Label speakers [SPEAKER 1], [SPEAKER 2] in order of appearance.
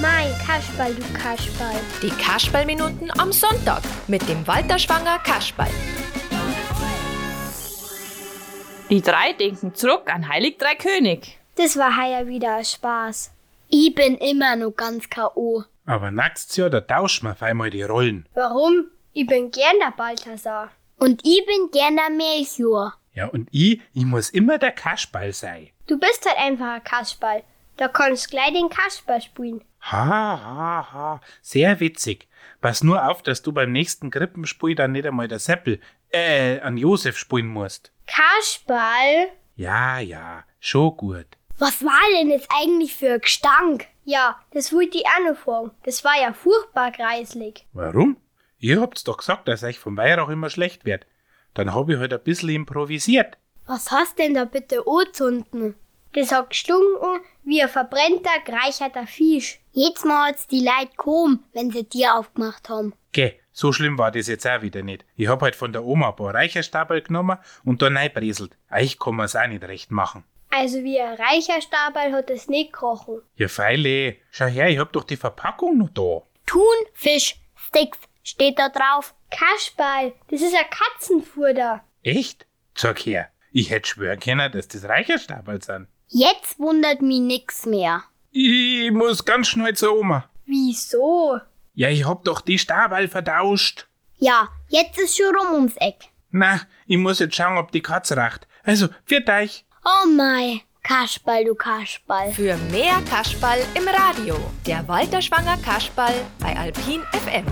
[SPEAKER 1] Mein Kasperl, du Kasperl.
[SPEAKER 2] Die Kasperlminuten am Sonntag mit dem Walter Schwanger Kasperl.
[SPEAKER 3] Die drei denken zurück an Heilig Drei König.
[SPEAKER 1] Das war heuer wieder ein Spaß.
[SPEAKER 4] Ich bin immer nur ganz K.O.
[SPEAKER 5] Aber nächstes Jahr, da tauschen wir auf einmal die Rollen.
[SPEAKER 1] Warum? Ich bin gern der Balthasar.
[SPEAKER 4] Und ich bin gern der Melchior.
[SPEAKER 5] Ja, und ich, ich muss immer der Kasperl sein.
[SPEAKER 1] Du bist halt einfach ein Kasperl. Da kannst gleich den Kasperl spielen.
[SPEAKER 5] Ha, ha, ha. Sehr witzig. Pass nur auf, dass du beim nächsten Krippenspiel dann nicht einmal der Seppel, äh, an Josef spielen musst.
[SPEAKER 1] Kasperl?
[SPEAKER 5] Ja, ja, schon gut.
[SPEAKER 4] Was war denn jetzt eigentlich für ein Gestank?
[SPEAKER 1] Ja, das wollte ich auch noch fragen. Das war ja furchtbar greislig.
[SPEAKER 5] Warum? Ihr habt's doch gesagt, dass euch vom Weihrauch immer schlecht wird. Dann hab ich halt ein bisschen improvisiert.
[SPEAKER 4] Was hast denn da bitte anzünden?
[SPEAKER 1] Das hat gestunken wie ein verbrennter, gereicherter Fisch.
[SPEAKER 4] Jetzt Mal hat's die Leid kommen, wenn sie dir aufgemacht haben.
[SPEAKER 5] Geh, so schlimm war das jetzt auch wieder nicht. Ich hab halt von der Oma ein paar Reicherstapel genommen und da reinbreselt. Euch kann man's auch nicht recht machen.
[SPEAKER 1] Also wie ein reicher Stabal hat es nicht kochen.
[SPEAKER 5] Ja, Feile, schau her, ich hab doch die Verpackung noch da.
[SPEAKER 4] Thun, Fisch, Sticks steht da drauf.
[SPEAKER 1] Kasperl, das ist ein Katzenfutter.
[SPEAKER 5] Echt? Zeig her. Ich hätt schwören können, dass das Reicherstapel sind.
[SPEAKER 4] Jetzt wundert mich nix mehr.
[SPEAKER 5] Ich muss ganz schnell zur Oma.
[SPEAKER 1] Wieso?
[SPEAKER 5] Ja, ich hab doch die Stabal vertauscht.
[SPEAKER 4] Ja, jetzt ist schon rum ums Eck.
[SPEAKER 5] Na, ich muss jetzt schauen, ob die Katze racht. Also, für euch.
[SPEAKER 4] Oh mein, Kasperl, du Kasperl.
[SPEAKER 2] Für mehr Kasperl im Radio. Der Walter Schwanger Kasperl bei Alpin FM.